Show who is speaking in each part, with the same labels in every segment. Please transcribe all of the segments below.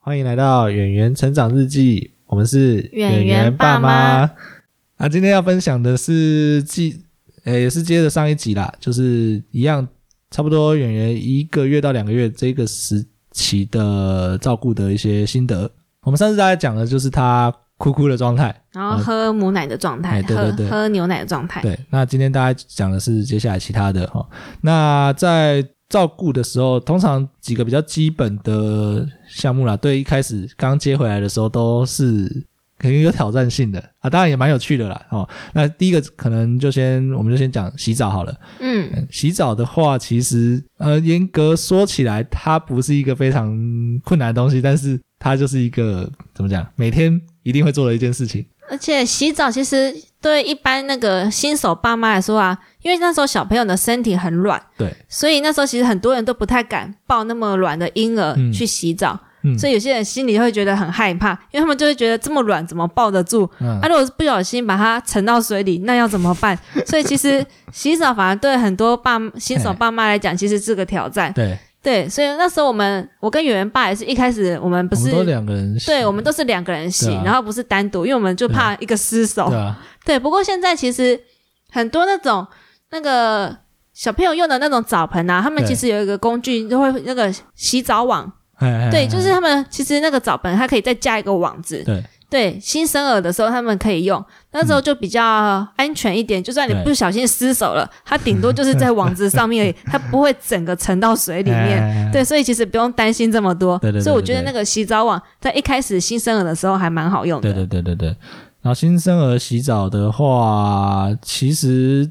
Speaker 1: 欢迎来到演员成长日记，我们是
Speaker 2: 演员爸妈
Speaker 1: 妈。啊，今天要分享的是继，呃、也是接着上一集啦，就是一样，差不多演员一个月到两个月这个时期的照顾的一些心得。我们上次大概讲的就是他哭哭的状态，
Speaker 2: 然后喝母奶的状态，
Speaker 1: 啊哎对对对
Speaker 2: 喝喝牛奶的状态，
Speaker 1: 对，那今天大家讲的是接下来其他的哈、那在照顾的时候，通常几个比较基本的项目啦，对一开始刚接回来的时候都是肯定有挑战性的啊，当然也蛮有趣的啦哦。那第一个可能就先我们就先讲洗澡好了。
Speaker 2: 嗯，
Speaker 1: 嗯洗澡的话，其实呃，严格说起来，它不是一个非常困难的东西，但是它就是一个怎么讲，每天一定会做的一件事情。
Speaker 2: 而且洗澡其实对一般那个新手爸妈来说啊，因为那时候小朋友的身体很软，
Speaker 1: 对，
Speaker 2: 所以那时候其实很多人都不太敢抱那么软的婴儿
Speaker 1: 嗯
Speaker 2: 去洗澡，
Speaker 1: 嗯，
Speaker 2: 所以有些人心里会觉得很害怕，因为他们就会觉得这么软怎么抱得住？
Speaker 1: 嗯
Speaker 2: 啊，如果不小心把它沉到水里，那要怎么办？ 所以其实洗澡反而对很多爸新手
Speaker 1: 哎
Speaker 2: 爸妈来讲，其实是个挑战。
Speaker 1: 对，
Speaker 2: 对，所以那时候我们，我跟圆圆爸也是一开始我们不
Speaker 1: 我
Speaker 2: 是
Speaker 1: 们都两个人洗，
Speaker 2: 对，我们都是两个人洗，
Speaker 1: 对啊
Speaker 2: 然后不是单独，因为我们就怕一个失手。
Speaker 1: 对啊，
Speaker 2: 对，不过现在其实很多那种那个小朋友用的那种澡盆啊，他们
Speaker 1: 对
Speaker 2: 其实有一个工具，就会那个洗澡网。
Speaker 1: 哎
Speaker 2: 对，就是他们其实那个澡盆，它可以再加一个网子。
Speaker 1: 对
Speaker 2: 对，新生儿的时候他们可以用，那时候就比较安全一点。就算你
Speaker 1: 对
Speaker 2: 不小心失手了，它顶多就是在网子上面而已，它不会整个沉到水里面。
Speaker 1: 面
Speaker 2: 对，所以其实不用担心这么多。
Speaker 1: 嗯对对对
Speaker 2: 所以我
Speaker 1: 对
Speaker 2: 觉得
Speaker 1: 对
Speaker 2: 那个洗澡网在一开始新生儿的时候还蛮好用的。
Speaker 1: 对对对对对。然后新生儿洗澡的话，其实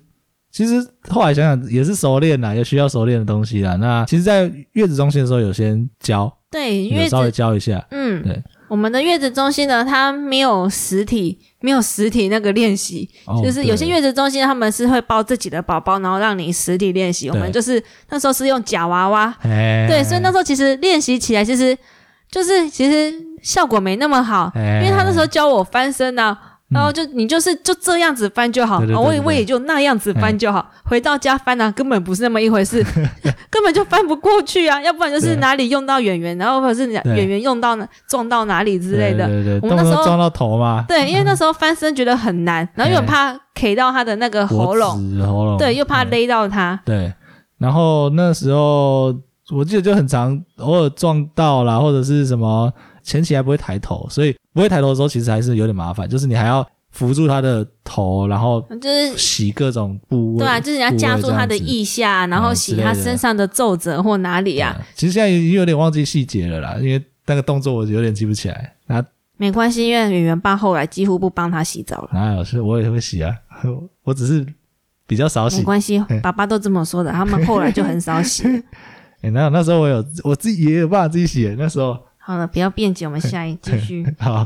Speaker 1: 其实后来想想也是熟练啦，也需要熟练的东西啦。那其实，在月子中心的时候有先教，
Speaker 2: 对
Speaker 1: 有
Speaker 2: 月
Speaker 1: 稍微
Speaker 2: 子，
Speaker 1: 教一下。对
Speaker 2: 嗯，我们的月子中心呢，它没有实体，没有实体那个练习，
Speaker 1: 哦
Speaker 2: 就是有些月子中心他们是会包自己的宝宝，然后让你实体练习。我们
Speaker 1: 对
Speaker 2: 就是那时候是用假娃娃，
Speaker 1: 对哎，
Speaker 2: 对，所以那时候其实练习起来，其实就是其实效果没那么好，
Speaker 1: 哎嗯
Speaker 2: 因为他那时候教我翻身呢、然后就你就是就这样子翻就好，
Speaker 1: 对对对
Speaker 2: 啊我也
Speaker 1: 对对哎
Speaker 2: 我也就那样子翻就好。回到家翻呢、根本不是那么一回 事，根本就翻不过去啊！要不然就是
Speaker 1: 对
Speaker 2: 哪里用到演员，然后或者是
Speaker 1: 对
Speaker 2: 演员用到哪撞到哪里之类的。
Speaker 1: 对对对，动
Speaker 2: 我们那
Speaker 1: 不
Speaker 2: 时
Speaker 1: 动
Speaker 2: 候
Speaker 1: 撞到头嘛，
Speaker 2: 对，因为那时候翻身觉得很难，然后又
Speaker 1: 哎
Speaker 2: 很怕 K 到他的那个
Speaker 1: 脖
Speaker 2: 喉咙，
Speaker 1: 子喉咙，
Speaker 2: 对，又怕
Speaker 1: 嗯
Speaker 2: 勒到他。
Speaker 1: 对，然后那时候我记得就很常偶尔撞到啦，或者是什么前期还不会抬头，所以不会抬头的时候其实还是有点麻烦，就是你还要扶住他的头，然后
Speaker 2: 就 是
Speaker 1: 洗各种部位。
Speaker 2: 对啊，就是你要
Speaker 1: 部位
Speaker 2: 架住
Speaker 1: 这样
Speaker 2: 他的
Speaker 1: 子
Speaker 2: 腋下，然后
Speaker 1: 嗯
Speaker 2: 洗
Speaker 1: 之类
Speaker 2: 他
Speaker 1: 的
Speaker 2: 身上的皱褶或哪里啊，
Speaker 1: 对其实现在已经有点忘记细节了啦，因为那个动作我有点记不起来。哪
Speaker 2: 没关系，因为圆圆爸后来几乎不帮他洗澡了。
Speaker 1: 哪有？是我也会洗啊， 我只是比较少
Speaker 2: 没
Speaker 1: 洗。
Speaker 2: 关系
Speaker 1: 嗯，
Speaker 2: 爸爸都这么说的，他们后来就很少洗 了。
Speaker 1: 哎、哪有？那时候我有我自己也有办法自己洗，那时候
Speaker 2: 好了，不要辩解，我们下一继续。
Speaker 1: 好，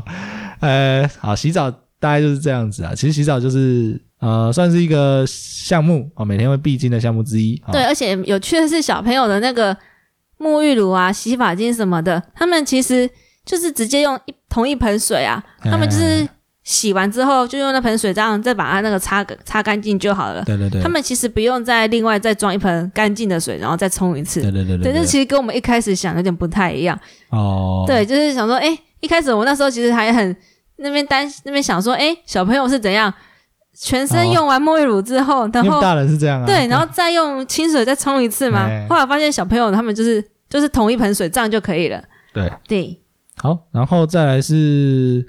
Speaker 1: 呃，好，洗澡大概就是这样子啊。其实洗澡就是呃，算是一个项目啊、哦，每天会必经的项目之一。哦
Speaker 2: 对，而且有趣的是，小朋友的那个沐浴乳啊、洗发精什么的，他们其实就是直接用一同一盆水啊，他们就是洗完之后就用那盆水这样再把它那个擦擦干净就好了。
Speaker 1: 对对对，
Speaker 2: 他们其实不用再另外再装一盆干净的水，然后再冲一次。
Speaker 1: 对对对
Speaker 2: 对，
Speaker 1: 对
Speaker 2: 这其实跟我们一开始想有点不太一样。
Speaker 1: 哦，
Speaker 2: 对，就是想说，哎、一开始我那时候其实还很那边担那边想说，哎、小朋友是怎样全身
Speaker 1: 哦
Speaker 2: 用完沐浴乳之后，然
Speaker 1: 因为
Speaker 2: 后
Speaker 1: 大人是这样啊。
Speaker 2: 对，然后再用清水再冲一次嘛
Speaker 1: 哎。
Speaker 2: 后来发现小朋友他们就是就是同一盆水这样就可以了。
Speaker 1: 对
Speaker 2: 对，
Speaker 1: 好，然后再来是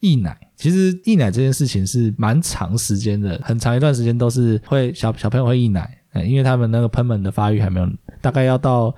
Speaker 1: 溢奶。其实溢奶这件事情是蛮长时间的，很长一段时间都是会小小朋友会溢奶，呃因为他们那个喷门的发育还没有，大概要到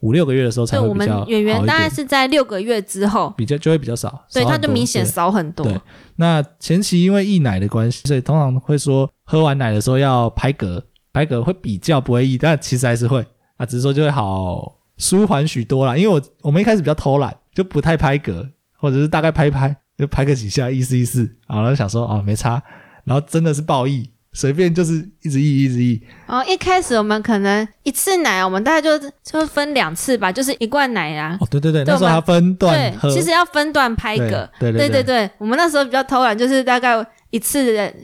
Speaker 1: 五六个月的时候才
Speaker 2: 对
Speaker 1: 会
Speaker 2: 我
Speaker 1: 比
Speaker 2: 们
Speaker 1: 较好一
Speaker 2: 圆圆大概
Speaker 1: 点，
Speaker 2: 是在六个月之后，
Speaker 1: 比较就会比较少，
Speaker 2: 对，
Speaker 1: 少
Speaker 2: 他
Speaker 1: 很
Speaker 2: 就
Speaker 1: 多
Speaker 2: 明显
Speaker 1: 对
Speaker 2: 少很多。
Speaker 1: 对那前期因为溢奶的关系，所以通常会说喝完奶的时候要拍嗝，拍嗝会比较不会溢，但其实还是会啊，只是说就会好舒缓许多啦。因为我我们一开始比较偷懒，就不太拍嗝，或者是大概拍一拍就拍个几下，意思意思，啊然后想说哦没差，然后真的是爆溢，随便就是一直溢一直溢，
Speaker 2: 然后一开始我们可能一次奶，我们大概就就分两次吧，就是一罐奶啦。
Speaker 1: 哦对对对，那
Speaker 2: 对
Speaker 1: 时候
Speaker 2: 我们
Speaker 1: 还分段
Speaker 2: 对
Speaker 1: 喝，，
Speaker 2: 其实要分段拍嗝。
Speaker 1: 对对
Speaker 2: 对
Speaker 1: 对
Speaker 2: 对对，我们那时候比较偷懒，就是大概一次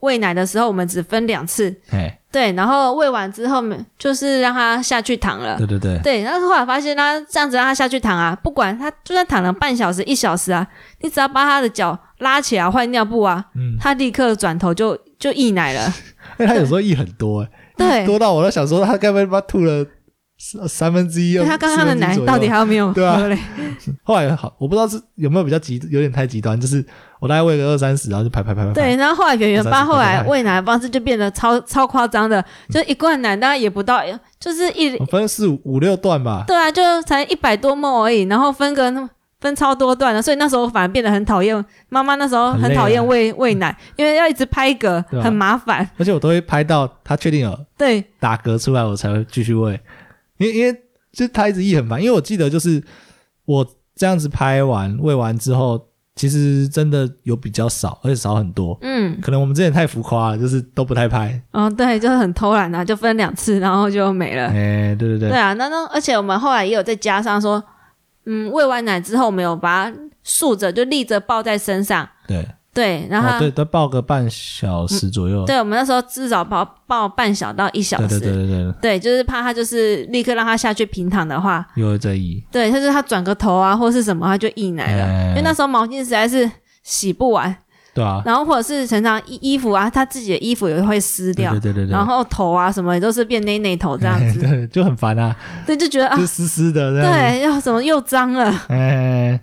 Speaker 2: 喂奶的时候，我们只分两次，
Speaker 1: 哎，
Speaker 2: 对，然后喂完之后，就是让他下去躺了。
Speaker 1: 对对对，
Speaker 2: 对，但是后来发现他这样子让他下去躺啊，不管他就算躺了半小时、一小时啊，你只要把他的脚拉起来换尿布啊，
Speaker 1: 嗯，
Speaker 2: 他立刻转头就就溢奶了。
Speaker 1: 因为哎他有时候意很 多，哎
Speaker 2: 对，
Speaker 1: 多到我都想说他该不会他妈吐了三三分之一，
Speaker 2: 对他刚刚的
Speaker 1: 四分之
Speaker 2: 奶
Speaker 1: 一左右
Speaker 2: 到底还有没有
Speaker 1: 对啊
Speaker 2: 喝嘞？
Speaker 1: 后来好，我不知道是有没有比较极，有点太极端，就是我大概喂个二三十，然后就排排排排，
Speaker 2: 对，然后后来圆圆
Speaker 1: 我才
Speaker 2: 爸
Speaker 1: 知道
Speaker 2: 后来喂奶的方式就变得超超夸张的，就一罐奶大概也不到，就是一
Speaker 1: 排，反正四五五六段吧。
Speaker 2: 对啊，就才一百多梦而已，然后分个那么分超多段的，所以那时候我反而变得很讨厌妈妈，那时候
Speaker 1: 很
Speaker 2: 很
Speaker 1: 累啊
Speaker 2: 讨厌喂、喂奶，因为要一直拍嗝，
Speaker 1: 对啊
Speaker 2: 很麻烦。
Speaker 1: 而且我都会拍到他确定有
Speaker 2: 对
Speaker 1: 打嗝出来，我才会继续喂，因为因为就是他一直意很烦，因为我记得就是我这样子拍完喂完之后，其实真的有比较少，而且少很多。
Speaker 2: 嗯，
Speaker 1: 可能我们之前太浮夸了，就是都不太拍。
Speaker 2: 哦，对，就是很偷懒啊，就分两次，然后就没了。
Speaker 1: 哎、对对对，
Speaker 2: 对啊，那那而且我们后来也有再加上说，嗯，喂完奶之后，我们有把它竖着，就立着抱在身上。
Speaker 1: 对，
Speaker 2: 对，然后它、
Speaker 1: 哦对，都抱个半小时左右。
Speaker 2: 对我们那时候至少抱抱半小到一小
Speaker 1: 对
Speaker 2: 时。
Speaker 1: 对对对对，
Speaker 2: 对就是怕他就是立刻让他下去平躺的话，
Speaker 1: 有这意。
Speaker 2: 对，就是他转个头啊，或是什么，他就溢奶了。
Speaker 1: 哎
Speaker 2: 因为那时候毛巾实在是洗不完，
Speaker 1: 对啊，
Speaker 2: 然后或者是常常衣衣服啊，他自己的衣服也会湿
Speaker 1: 对
Speaker 2: 掉，
Speaker 1: 对对对对。
Speaker 2: 然后头啊什么也都是变内内头这样 子，
Speaker 1: 对，就很烦啊，
Speaker 2: 对，就觉得啊
Speaker 1: 就，湿湿的这样子。
Speaker 2: 对，要怎么又脏了？
Speaker 1: 哎，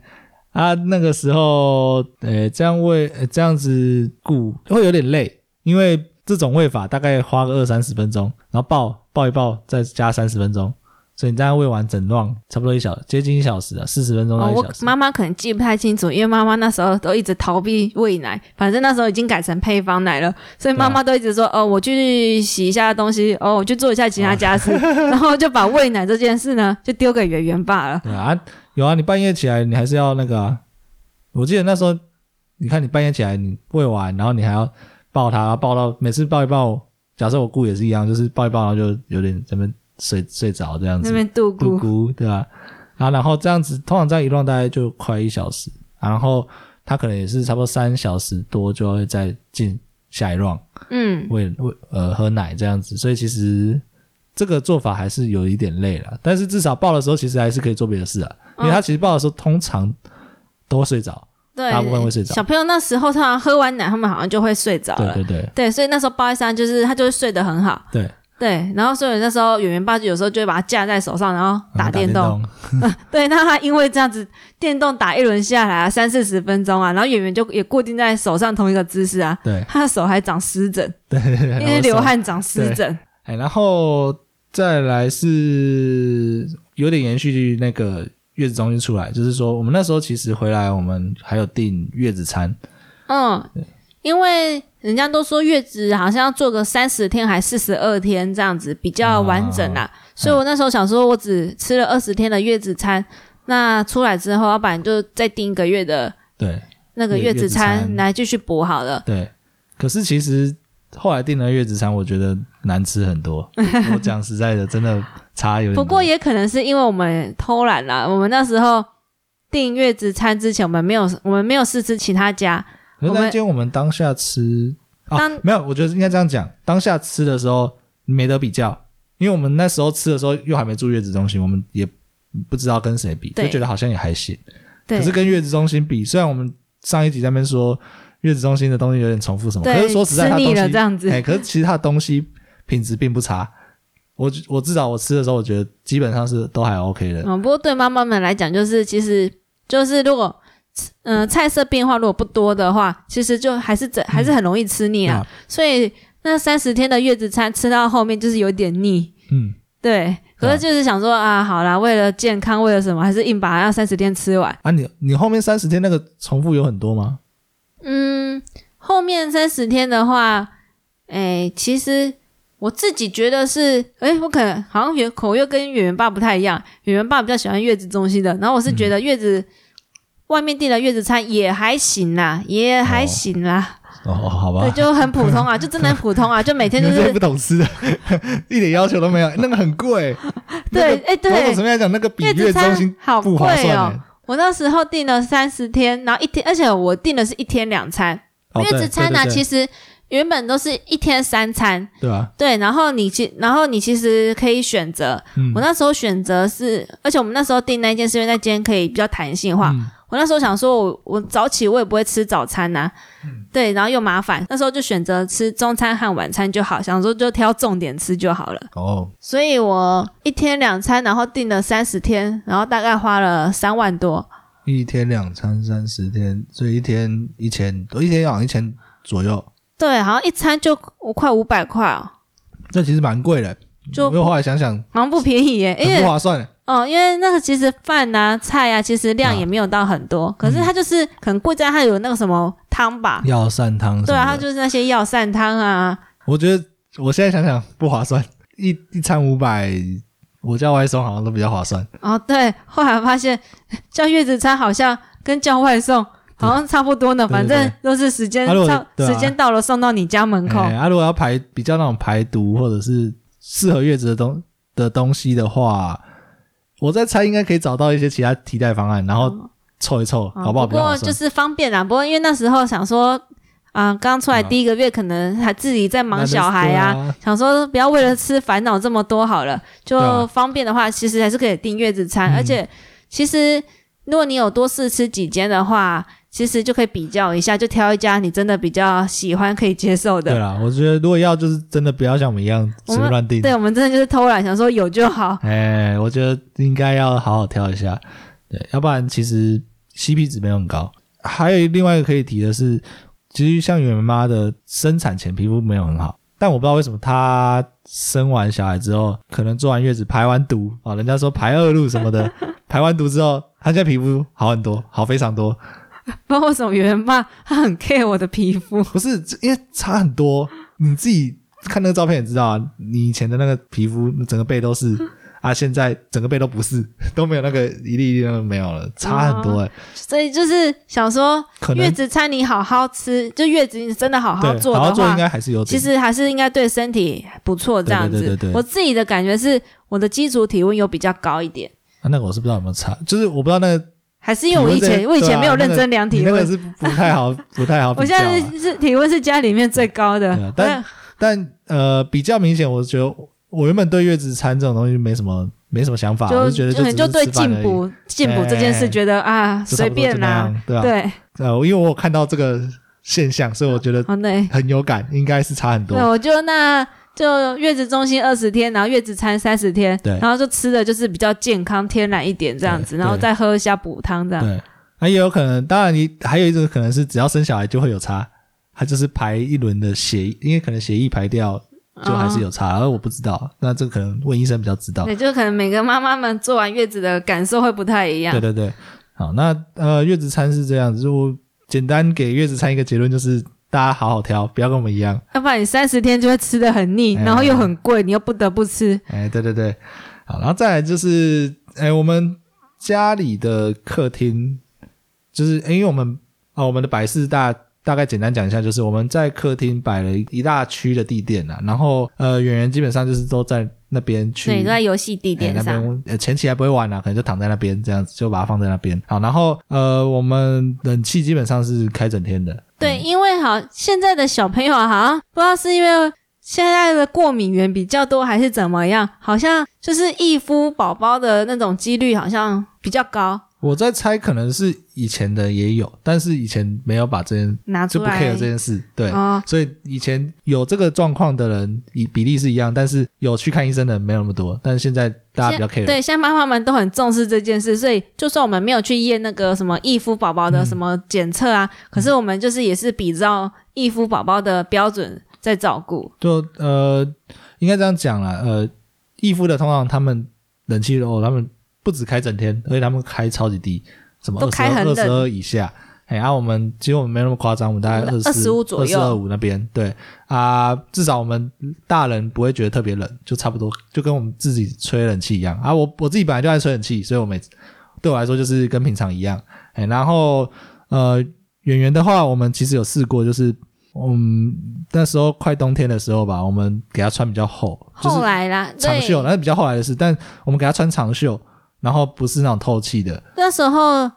Speaker 1: 啊，那个时候，呃，这样喂，呃这样子顾会有点累，因为这种喂法大概花个二三十分钟，然后抱抱一抱，再加三十分钟，所以你这样喂完整段差不多一小，接近一小时了，啊四十分钟到
Speaker 2: 哦，
Speaker 1: 一
Speaker 2: 我
Speaker 1: 小时。
Speaker 2: 妈妈可能记不太清楚，因为妈妈那时候都一直逃避喂奶，反正那时候已经改成配方奶了，所以妈妈都一直说，哦，我去洗一下东西，哦，我去做一下其他家
Speaker 1: 哦
Speaker 2: 事，然后就把喂奶这件事呢，就丢给圆圆爸了。
Speaker 1: 对啊，啊有啊，你半夜起来你还是要那个、啊，我记得那时候，你看你半夜起来你喂完，然后你还要抱它，抱到每次抱一抱，假设我顾也是一样，就是抱一抱，然后就有点在那边睡睡着这样子
Speaker 2: 那。边度
Speaker 1: 咕
Speaker 2: 咕，
Speaker 1: 咕，对吧、啊？然后这样子，通常这样一乱大概就快一小时，然后他可能也是差不多三小时多就会再进下一 round
Speaker 2: 嗯，
Speaker 1: 喂喂呃喝奶这样子，所以其实这个做法还是有一点累了，但是至少抱的时候其实还是可以做别的事啊，因
Speaker 2: 嗯
Speaker 1: 为他其实抱的时候通常都会睡着，
Speaker 2: 对，
Speaker 1: 大部分会睡着
Speaker 2: 小朋友那时候通常喝完奶，他们好像就会睡着
Speaker 1: 对
Speaker 2: 了。
Speaker 1: 对对
Speaker 2: 对所以那时候包一山就是他就会睡得很好。
Speaker 1: 对，
Speaker 2: 对，然后所以那时候圆圆爸就有时候就会把它架在手上，然后
Speaker 1: 嗯
Speaker 2: 打电动。
Speaker 1: 动，
Speaker 2: 对，那他因为这样子电动打一轮下来啊，三四十分钟啊，然后圆圆就也固定在手上同一个姿势啊，
Speaker 1: 对
Speaker 2: 他的手还长湿疹，
Speaker 1: 对对对，
Speaker 2: 因为流汗长湿疹。
Speaker 1: 哎，然后再来是有点延续那个月子中心出来，就是说我们那时候其实回来，我们还有订月子餐，
Speaker 2: 嗯，因为人家都说月子好像要做个三十天还四十二天这样子比较完整
Speaker 1: 哦
Speaker 2: 啦、所以我那时候想说，我只吃了二十天的月子餐，那出来之后，要不然就再订一个月的
Speaker 1: 对
Speaker 2: 那个月子
Speaker 1: 月月子
Speaker 2: 餐
Speaker 1: 餐
Speaker 2: 来继续补好了。
Speaker 1: 对。可是其实后来订了月子餐，我觉得难吃很多。 我讲实在的，真的差有点多。
Speaker 2: 不过也可能是因为我们偷懒啦，我们那时候订月子餐之前，我们没有我们没有试吃其他家，
Speaker 1: 可是
Speaker 2: 我们
Speaker 1: 那间我们当下吃啊
Speaker 2: 当，
Speaker 1: 没有，我觉得应该这样讲，当下吃的时候没得比较，因为我们那时候吃的时候又还没住月子中心，我们也不知道跟谁比，就
Speaker 2: 对
Speaker 1: 觉得好像也还行。
Speaker 2: 对
Speaker 1: 可是跟月子中心比，虽然我们上一集在那边说月子中心的东西有点重复什么，可
Speaker 2: 对
Speaker 1: 是说，实在，
Speaker 2: 吃
Speaker 1: 它东
Speaker 2: 腻了
Speaker 1: 西
Speaker 2: 这，样子
Speaker 1: 哎、。可是其实它的东西品质并不差。我我至少我吃的时候，我觉得基本上是都还 OK 的。
Speaker 2: 嗯，不过对妈妈们来讲，就是其实就是如果嗯、呃菜色变化如果不多的话，其实就还是整还是很容易吃腻啊。
Speaker 1: 啊
Speaker 2: 所以那三十天的月子餐吃到后面就是有点腻，
Speaker 1: 嗯，
Speaker 2: 对。可
Speaker 1: 对啊
Speaker 2: 是就是想说啊，好啦，为了健康，为了什么，还是硬把那三十天吃完。
Speaker 1: 啊你，你后面三十天那个重复有很多吗？
Speaker 2: 嗯，后面三十天的话，哎、其实我自己觉得是，哎、我可能好像圆口又跟圆圆爸不太一样，圆圆爸比较喜欢月子中心的，然后我是觉得月子、外面订的月子餐也还行啦，也还行啦，
Speaker 1: 哦，好吧
Speaker 2: 对，，就很普通啊，就真的很普通啊，就每天 就
Speaker 1: 你们这些
Speaker 2: 是
Speaker 1: 不懂吃的，一点要求都没有，那个很贵。
Speaker 2: 对，哎、
Speaker 1: 某种
Speaker 2: 对
Speaker 1: 层，面来讲，那个比
Speaker 2: 月
Speaker 1: 月
Speaker 2: 子
Speaker 1: 中心
Speaker 2: 餐好
Speaker 1: 不划
Speaker 2: 贵
Speaker 1: 算、欸
Speaker 2: 哦。我那时候订了三十天，然后一天，而且我订的是一天两餐，
Speaker 1: 哦
Speaker 2: 月子餐呢、
Speaker 1: 呢，
Speaker 2: 其
Speaker 1: 实
Speaker 2: 实原本都是一天三餐，
Speaker 1: 对吧？
Speaker 2: 对，然后你其然后你其实可以选择，
Speaker 1: 嗯，
Speaker 2: 我那时候选择是，而且我们那时候订那间是因为那间可以比较弹性化。
Speaker 1: 嗯
Speaker 2: 我那时候想说我，我早起我也不会吃早餐呐、
Speaker 1: 嗯
Speaker 2: 对，然后又麻烦，那时候就选择吃中餐和晚餐就好，想说就挑重点吃就好了。
Speaker 1: 哦，
Speaker 2: 所以我一天两餐，然后订了三十天，然后大概花了三万多。
Speaker 1: 一天两餐三十天，所以一天一千，多，一天好像一千左右，
Speaker 2: 对，好像一餐就我快五百块哦，
Speaker 1: 这其实蛮贵的。
Speaker 2: 就
Speaker 1: 我又后来想想，
Speaker 2: 好像不便宜耶，因
Speaker 1: 很
Speaker 2: 为
Speaker 1: 不划算。欸
Speaker 2: 哦，因为那个其实饭啊、菜啊，其实量也没有到很多，
Speaker 1: 嗯
Speaker 2: 可是它就是很贵在它有那个什么汤吧，
Speaker 1: 药膳汤
Speaker 2: 对啊，它
Speaker 1: 就
Speaker 2: 就是那些药膳汤啊，
Speaker 1: 我觉得我现在想想不划算，一一餐五百，我叫外送好像都比较划算。
Speaker 2: 哦对，后来发现 叫月子餐好像跟叫外送好像差不多呢，
Speaker 1: 对
Speaker 2: 反
Speaker 1: 对
Speaker 2: 正都是时间
Speaker 1: 啊如果
Speaker 2: 差，
Speaker 1: 对啊
Speaker 2: 时间到了送到你家门口，
Speaker 1: 哎啊，如果要排比较那种排毒或者是适合月子的东的东西的话，我在猜应该可以找到一些其他替代方案，然后凑一凑，
Speaker 2: 哦
Speaker 1: 搞不好比
Speaker 2: 不
Speaker 1: 较划
Speaker 2: 过
Speaker 1: 算。
Speaker 2: 就是方便啊啦，不过因为那时候想说，啊、刚出来
Speaker 1: 嗯
Speaker 2: 第一个月可能还自己在忙
Speaker 1: 那就
Speaker 2: 小孩
Speaker 1: 对
Speaker 2: 啊，
Speaker 1: 啊
Speaker 2: 想说不要为了吃烦恼这么多好了，
Speaker 1: 对
Speaker 2: 就
Speaker 1: 啊
Speaker 2: 方便的话，其实还是可以订月子餐，
Speaker 1: 嗯
Speaker 2: 而且其实如果你有多试吃几间的话，其实就可以比较一下，就挑一家你真的比较喜欢可以接受
Speaker 1: 对啊
Speaker 2: 的。
Speaker 1: 啦，我觉得如果要就是真的不要像我们一样随便乱定。
Speaker 2: 对，我们真的就是偷懒，想说有就好。
Speaker 1: 哎、我觉得应该要好好挑一下，对，要不然其实 CP 值没有很高。还有另外一个可以提的是，其实像远妈的生产前皮肤没有很好，但我不知道为什么她生完小孩之后，可能做完月子排完毒啊、哦人家说排恶露什么的， 排完毒之后，她现在皮肤好很多，好非常多。
Speaker 2: 不知道为什么有人骂他很 care 我的皮 肤，
Speaker 1: 不是这因为差很多，你自己看那个照片也知道啊，你以前的那个皮肤整个背都 是啊，现在整个背都不是，都没有那个一粒一粒那个没有
Speaker 2: 啊
Speaker 1: 了，差很多哎、
Speaker 2: 所以就是想说
Speaker 1: 可能
Speaker 2: 月子餐你好好吃，就月子你真的好好
Speaker 1: 对
Speaker 2: 做
Speaker 1: 好
Speaker 2: 的
Speaker 1: 好做
Speaker 2: 话
Speaker 1: 应，该还是有点，
Speaker 2: 其实还是应该对身体不错这样子。
Speaker 1: 对对对对对
Speaker 2: 我自己的感觉是，我的基础体温有比较高一点，
Speaker 1: 啊那个我是不知道有没有差，就是我不知道那个
Speaker 2: 还是因为我以
Speaker 1: 体温
Speaker 2: 前
Speaker 1: 这
Speaker 2: 我以前没有
Speaker 1: 对啊
Speaker 2: 认真量体
Speaker 1: 你那
Speaker 2: 温，
Speaker 1: 个是不太好 不太好
Speaker 2: 我
Speaker 1: 比较
Speaker 2: 现
Speaker 1: 啊、
Speaker 2: 在是是体温是家里面最高的，
Speaker 1: 对啊但但呃比较明显，我觉得我原本对月子餐这种东西没什么没什么想法，
Speaker 2: 就
Speaker 1: 我就觉得
Speaker 2: 可
Speaker 1: 只
Speaker 2: 能
Speaker 1: 是
Speaker 2: 就对
Speaker 1: 吃饭
Speaker 2: 进
Speaker 1: 而已。
Speaker 2: 补进补这件
Speaker 1: 哎哎
Speaker 2: 事觉得啊
Speaker 1: 就差
Speaker 2: 随
Speaker 1: 不多就
Speaker 2: 便
Speaker 1: 那
Speaker 2: 啦，
Speaker 1: 样，对吧、
Speaker 2: 对，
Speaker 1: 呃，因为我有看到这个现象，所以我觉得
Speaker 2: 好累。
Speaker 1: 很有感，应该是差很
Speaker 2: 对，
Speaker 1: 多。
Speaker 2: 我就那就月子中心二十天，然后月子餐三十天，
Speaker 1: 对
Speaker 2: 然后就吃的就是比较健康天然一点这样子，
Speaker 1: 对
Speaker 2: 然后
Speaker 1: 对
Speaker 2: 再喝一下补汤这样。
Speaker 1: 对，那也有可能，当然你还有一种可能是，只要生小孩就会有差，他就是排一轮的血，因为可能血液排掉就还是有差，而我不知道，那这个可能问医生比较知道。
Speaker 2: 对，就可能每个妈妈们做完月子的感受会不太一样。
Speaker 1: 对对对，好，那呃月子餐是这样子，就简单给月子餐一个结论就是。大家好好挑，不要跟我们一样。
Speaker 2: 要不然你三十天就会吃的很腻，
Speaker 1: 哎
Speaker 2: 然后又很贵，你又不得不吃。
Speaker 1: 哎，对对对，好，然后再来就是，哎，我们家里的客厅，就是哎因为我们啊、我们的摆饰大大概简单讲一下，就是我们在客厅摆了一大区的地垫啊，然后呃，演员基本上就是都在那边去，
Speaker 2: 对，都在游戏地
Speaker 1: 哎
Speaker 2: 点
Speaker 1: 那
Speaker 2: 上。
Speaker 1: 边呃前期还不会玩啊，可能就躺在那边这样子，就把它放在那
Speaker 2: 嗯
Speaker 1: 边。好，然后呃，我们冷气基本上是开整天的，嗯
Speaker 2: 对，因为好现在的小朋友好像不知道是因为现在的过敏源比较多还是怎么样，好像就是易肤宝宝的那种几率好像比较高，
Speaker 1: 我在猜可能是以前的也有，但是以前没有把这件
Speaker 2: 拿
Speaker 1: 就不
Speaker 2: 出来
Speaker 1: care 这件事，对。
Speaker 2: 哦，
Speaker 1: 所以以前有这个状况的人，以比例是一样，但是有去看医生的人没有那么多，但是现在大家比较 care。
Speaker 2: 对，现在妈妈们都很重视这件事，所以就算我们没有去验那个什么易肤宝宝的什么检测啊，
Speaker 1: 嗯
Speaker 2: 可是我们就是也是比照易肤宝宝的标准在照顾。
Speaker 1: 就呃，应该这样讲啦，呃，义父的通常他们冷气哦，他们不止开整天，而且他们开超级低，什么
Speaker 2: 都开很
Speaker 1: 二
Speaker 2: 冷
Speaker 1: 十二以下。哎，啊，我们其实我们没那么夸张，我们大概
Speaker 2: 嗯
Speaker 1: 二
Speaker 2: 25左右
Speaker 1: 二二五那边。对啊，至少我们大人不会觉得特别冷，就差不多，就跟我们自己吹冷气一样啊。我我自己本来就爱吹冷气，所以我每次对我来说就是跟平常一样。哎，然后呃，演员的话，我们其实有试过，就是嗯，那时候快冬天的时候吧，我们给他穿比较厚，就是
Speaker 2: 后来啦，
Speaker 1: 长
Speaker 2: 对，
Speaker 1: 袖，那是比较后来的事。但我们给他穿长袖，然后不是那种透气的，
Speaker 2: 那时候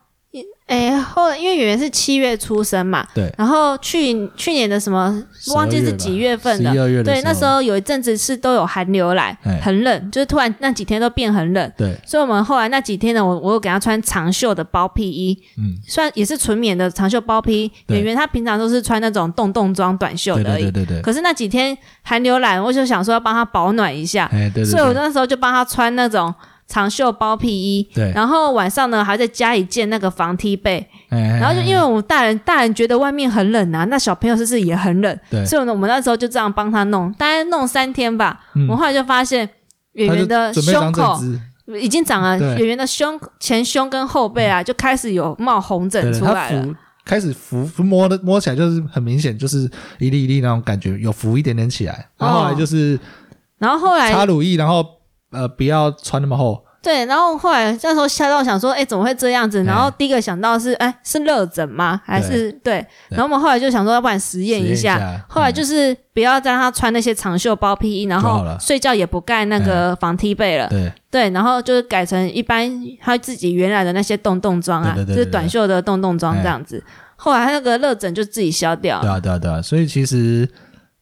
Speaker 2: 哎，后来因为圆圆是七月出生嘛，
Speaker 1: 对
Speaker 2: 然后去去年的什么忘记是几月份
Speaker 1: 十
Speaker 2: 的，
Speaker 1: 二月的
Speaker 2: 对，那时候有一阵子是都有寒流来
Speaker 1: 哎，
Speaker 2: 很冷，就是突然那几天都变很冷，
Speaker 1: 对，
Speaker 2: 所以我们后来那几天呢，我我有给他穿长袖的包披衣，
Speaker 1: 嗯，
Speaker 2: 虽然也是纯棉的长袖包披，
Speaker 1: 对
Speaker 2: 圆圆她平常都是穿那种洞洞装短袖
Speaker 1: 对
Speaker 2: 的而已，
Speaker 1: 对对对对，
Speaker 2: 可是那几天寒流来，我就想说要帮她保暖一下，
Speaker 1: 哎对对，
Speaker 2: 所以我
Speaker 1: 对
Speaker 2: 那时候就帮她穿那种长袖包披衣，
Speaker 1: 对，
Speaker 2: 然后晚上呢还在家里建那个防踢被，
Speaker 1: 然
Speaker 2: 然后就因为我们大人大人觉得外面很冷啊，那小朋友是不是也很冷？
Speaker 1: 对，
Speaker 2: 所以呢，我们那时候就这样帮他弄，大概弄三天吧。
Speaker 1: 嗯
Speaker 2: 我后来就发现圆
Speaker 1: 他就
Speaker 2: 圆的
Speaker 1: 准备
Speaker 2: 胸
Speaker 1: 当正
Speaker 2: 口
Speaker 1: 姿，
Speaker 2: 已经长了，
Speaker 1: 对
Speaker 2: 圆圆的胸前胸跟后背啊就开始有冒红疹
Speaker 1: 对，
Speaker 2: 出
Speaker 1: 他
Speaker 2: 来了。
Speaker 1: 浮开始浮浮摸的摸起来就是很明显，就是一粒一粒那种感觉，有浮一点点起来。然后
Speaker 2: 哦
Speaker 1: 后来就是
Speaker 2: 然后后
Speaker 1: 擦
Speaker 2: 来
Speaker 1: 乳液，然后呃不要穿那么厚，
Speaker 2: 对，然后后来那时候吓到想说，哎，怎么会这样子？
Speaker 1: 哎
Speaker 2: 然后第一个想到是，哎，是热疹吗？还是对？然后我们后来就想说，要不然实验
Speaker 1: 实
Speaker 2: 一
Speaker 1: 验
Speaker 2: 下。
Speaker 1: 下
Speaker 2: 后来
Speaker 1: 嗯
Speaker 2: 就是不要让他穿那些长袖包披衣，然
Speaker 1: 就
Speaker 2: 后
Speaker 1: 好了哎
Speaker 2: 睡觉也不盖那个防踢被了。
Speaker 1: 对
Speaker 2: 对，然后就是改成一般他自己原来的那些洞洞装啊，
Speaker 1: 对对对哎
Speaker 2: 就是短袖的洞洞装这样子。后来他那个热疹就自己消掉
Speaker 1: 对
Speaker 2: 了。
Speaker 1: 啊对啊对啊。所以其实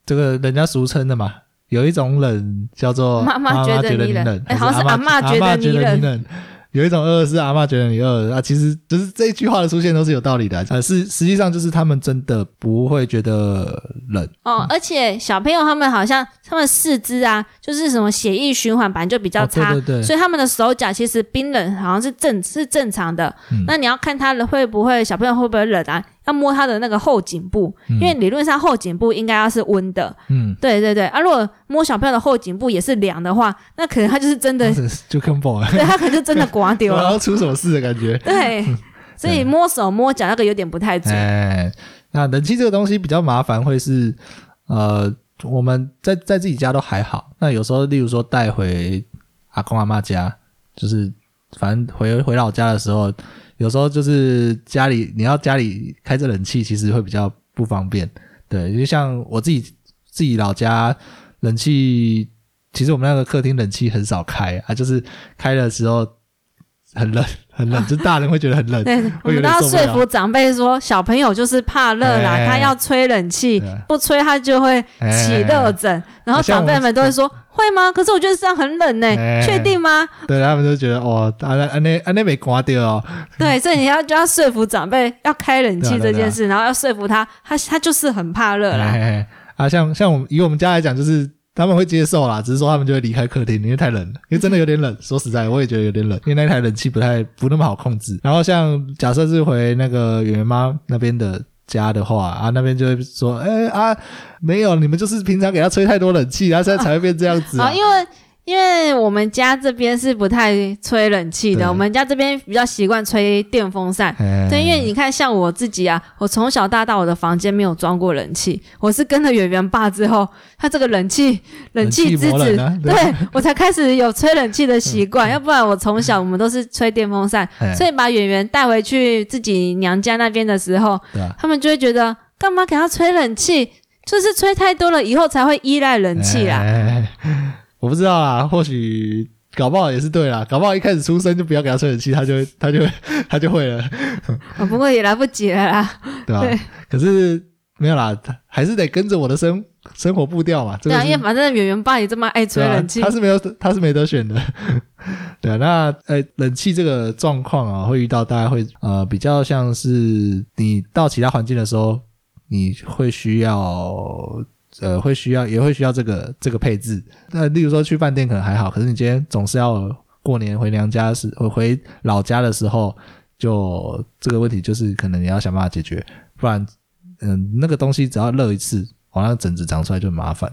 Speaker 1: 这个人家俗称的嘛，有一种冷叫做
Speaker 2: 妈妈
Speaker 1: 妈
Speaker 2: 觉得
Speaker 1: 觉得
Speaker 2: 你
Speaker 1: 冷，
Speaker 2: 冷哎
Speaker 1: 还是
Speaker 2: 好像是
Speaker 1: 阿
Speaker 2: 阿嬷
Speaker 1: 嬷
Speaker 2: 觉得
Speaker 1: 阿嬷
Speaker 2: 你
Speaker 1: 觉得
Speaker 2: 冷
Speaker 1: 你冷。有一种饿是阿嬷觉得你饿啊，其实就是这一句话的出现都是有道理的啊、呃，是实际上就是他们真的不会觉得冷，
Speaker 2: 哦，而且小朋友他们好像他们四肢啊，就是什么血液循环本来就比较
Speaker 1: 哦对
Speaker 2: 差，
Speaker 1: 对对
Speaker 2: 所以他们的手脚其实冰冷好像是正是正常的。
Speaker 1: 嗯
Speaker 2: 那你要看他的会不会小朋友会不会冷啊？要摸他的那个后颈部，因为理论上后颈部应该要是温的。
Speaker 1: 嗯，
Speaker 2: 对对对，啊，如果摸小朋友的后颈部也是凉的话，那可能他就是真的
Speaker 1: 这是就更爆了。
Speaker 2: 对啊他可能就真的刮 丢
Speaker 1: 然
Speaker 2: 了。
Speaker 1: 后出什么事的感觉。
Speaker 2: 对，所以摸手摸脚那个有点不太准。
Speaker 1: 哎，那冷气这个东西比较麻烦，会是呃，我们在在自己家都还好。那有时候，例如说带回阿公阿妈家，就是反正回回老家的时候，有时候就是家里你要家里开着冷气，其实会比较不方便。对，就像我自己自己老家冷气，其实我们那个客厅冷气很少开啊，就是开的时候很冷，很冷，就是大人会觉得很冷。
Speaker 2: 对，我
Speaker 1: 有点
Speaker 2: 们都要
Speaker 1: 受不
Speaker 2: 说
Speaker 1: 了
Speaker 2: 服长辈说，小朋友就是怕热啦，
Speaker 1: 哎
Speaker 2: 他要吹冷气
Speaker 1: 对啊，
Speaker 2: 不吹他就会起热
Speaker 1: 哎
Speaker 2: 疹。然后
Speaker 1: 像
Speaker 2: 长辈
Speaker 1: 我
Speaker 2: 们都会说，会吗？可是我觉得这样很冷呢、
Speaker 1: 哎
Speaker 2: 确定吗？
Speaker 1: 对他们就觉得哦，安安安内安内没刮掉哦，
Speaker 2: 对，所以你要就要说服长辈要开冷气
Speaker 1: 对啊对
Speaker 2: 这
Speaker 1: 啊
Speaker 2: 件事，然后要说服他，他他就是很怕热啦。
Speaker 1: 嘿嘿嘿啊，像像我们以我们家来讲，就是他们会接受啦，只是说他们就会离开客厅，因为太冷了，因为真的有点 冷。说实在，我也觉得有点冷，因为那台冷气不太不那么好控制。然后像假设是回那个圆圆妈那边的。家的话啊，那边就会说，哎、啊，没有，你们就是平常给他吹太多冷气，然后现在才会变这样子、啊。
Speaker 2: 啊，因为因为我们家这边是不太吹冷气的，
Speaker 1: 对哎
Speaker 2: 我们家这边比较习惯吹电风扇。
Speaker 1: 嘿
Speaker 2: 对，因为你看，像我自己啊，我从小到大我的房间没有装过冷气，我是跟了圆圆爸之后，他这个冷气冷气之
Speaker 1: 冷气魔
Speaker 2: 子，
Speaker 1: 人啊
Speaker 2: 对
Speaker 1: 对
Speaker 2: 我才开始有吹冷气的习 惯，要不然我从小我们都是吹电风扇，
Speaker 1: 嘿
Speaker 2: 所以把圆圆带回去自己娘家那边的时候，
Speaker 1: 对啊
Speaker 2: 他们就会觉得干嘛给他吹冷气，就是吹太多了以后才会依赖冷气啊啦。
Speaker 1: 哎我不知道啦，或许搞不好也是对啦，搞不好一开始出生就不要给他吹冷气，他就会他就会 他就会了，
Speaker 2: 哦，不过也来不及了啦。
Speaker 1: 对吧、
Speaker 2: 对
Speaker 1: 可是没有啦，他还是得跟着我的生生活步调嘛，这
Speaker 2: 对
Speaker 1: 个
Speaker 2: 啊，
Speaker 1: 是
Speaker 2: 因为反正圆圆爸也这么爱吹
Speaker 1: 对啊
Speaker 2: 冷气
Speaker 1: 他，是没有他是没得选的。 对啊，那呃、冷气这个状况啊，会遇到大家会呃比较像是你到其他环境的时候，你会需要呃会需要也会需要这个这个配置。那例如说去饭店可能还好，可是你今天总是要过年回娘家时回回老家的时候，就这个问题就是可能你要想办法解决，不然嗯、那个东西只要热一次，往那个疹子长出来就很麻烦。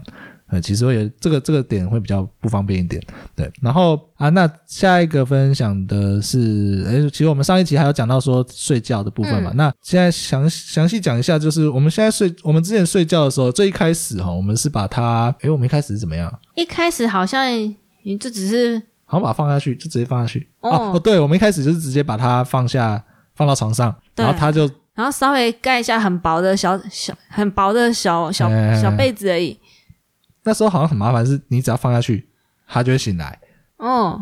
Speaker 1: 呃，其实会有这个这个点会比较不方便一点，对。然后啊，那下一个分享的是，诶，其实我们上一集还有讲到说睡觉的部分嘛，那现在详详细讲一下，就是我们现在睡，我们之前睡觉的时候，最一开始哈，我们是把它，诶，我们一开始是怎么样？
Speaker 2: 一开始好像你就只是
Speaker 1: 好像把它放下去，就直接放下去。
Speaker 2: 哦
Speaker 1: 哦哦，对，我们一开始就是直接把它放下，放到床上，
Speaker 2: 对
Speaker 1: 然后它就
Speaker 2: 然后稍微盖一下很薄的小小很薄的小小
Speaker 1: 哎
Speaker 2: 小被子而已。
Speaker 1: 那时候好像很麻烦，是你只要放下去，它就会醒来。
Speaker 2: 哦，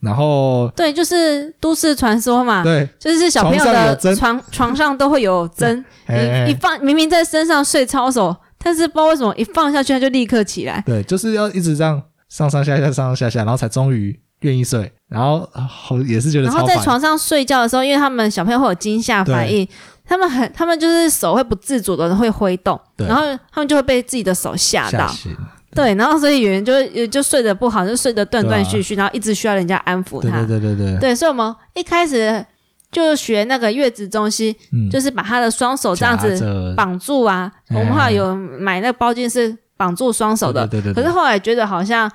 Speaker 1: 然后
Speaker 2: 对，就是都市传说嘛，
Speaker 1: 对，
Speaker 2: 就是小朋友
Speaker 1: 床上有
Speaker 2: 的
Speaker 1: 针
Speaker 2: 床床上都会有针，
Speaker 1: 哎
Speaker 2: 你一放明明在身上睡超熟，但是不知道为什么一放下去它就立刻起来。
Speaker 1: 对，就是要一直这样上上下下上上下下，然后才终于愿意睡，然后啊好也是觉得
Speaker 2: 然后
Speaker 1: 超
Speaker 2: 在
Speaker 1: 烦
Speaker 2: 床上睡觉的时候，因为他们小朋友会有惊吓反应，他们很，他们就是手会不自主的会挥动，
Speaker 1: 对
Speaker 2: 然后他们就会被自己的手吓
Speaker 1: 吓
Speaker 2: 到，
Speaker 1: 醒，
Speaker 2: 对，然后所以有人就会也就睡得不好，就睡得断断续续，然后一直需要人家安抚
Speaker 1: 对
Speaker 2: 他。
Speaker 1: 啊对对对对，
Speaker 2: 对所以我们一开始就学那个月子中心，
Speaker 1: 嗯，
Speaker 2: 就是把他的双手这样
Speaker 1: 夹
Speaker 2: 子
Speaker 1: 着
Speaker 2: 绑住啊。
Speaker 1: 嗯
Speaker 2: 我们后来有买那个包巾是绑住双手的，
Speaker 1: 对对对对
Speaker 2: 可是后来觉得好像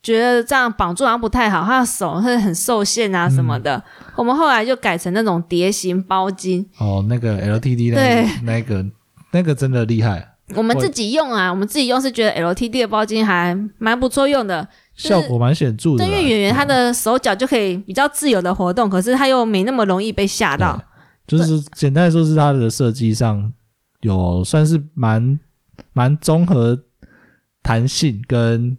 Speaker 2: 觉得这样绑住好像不太好，他的手会很受限啊什么的。
Speaker 1: 嗯
Speaker 2: 我们后来就改成那种蝶形包巾，
Speaker 1: 哦，那个 LTD 那
Speaker 2: 对
Speaker 1: 个那个那个真的厉害，
Speaker 2: 我们自己用啊，我们自己用是觉得 LTD 的包巾还蛮不错用的。就是
Speaker 1: 效果蛮显著的
Speaker 2: 对，
Speaker 1: 啦。
Speaker 2: 因为演员他的手脚就可以比较自由的活动，可是他又没那么容易被吓到。
Speaker 1: 就是简单来说是它的设计上有算是蛮蛮综合弹性跟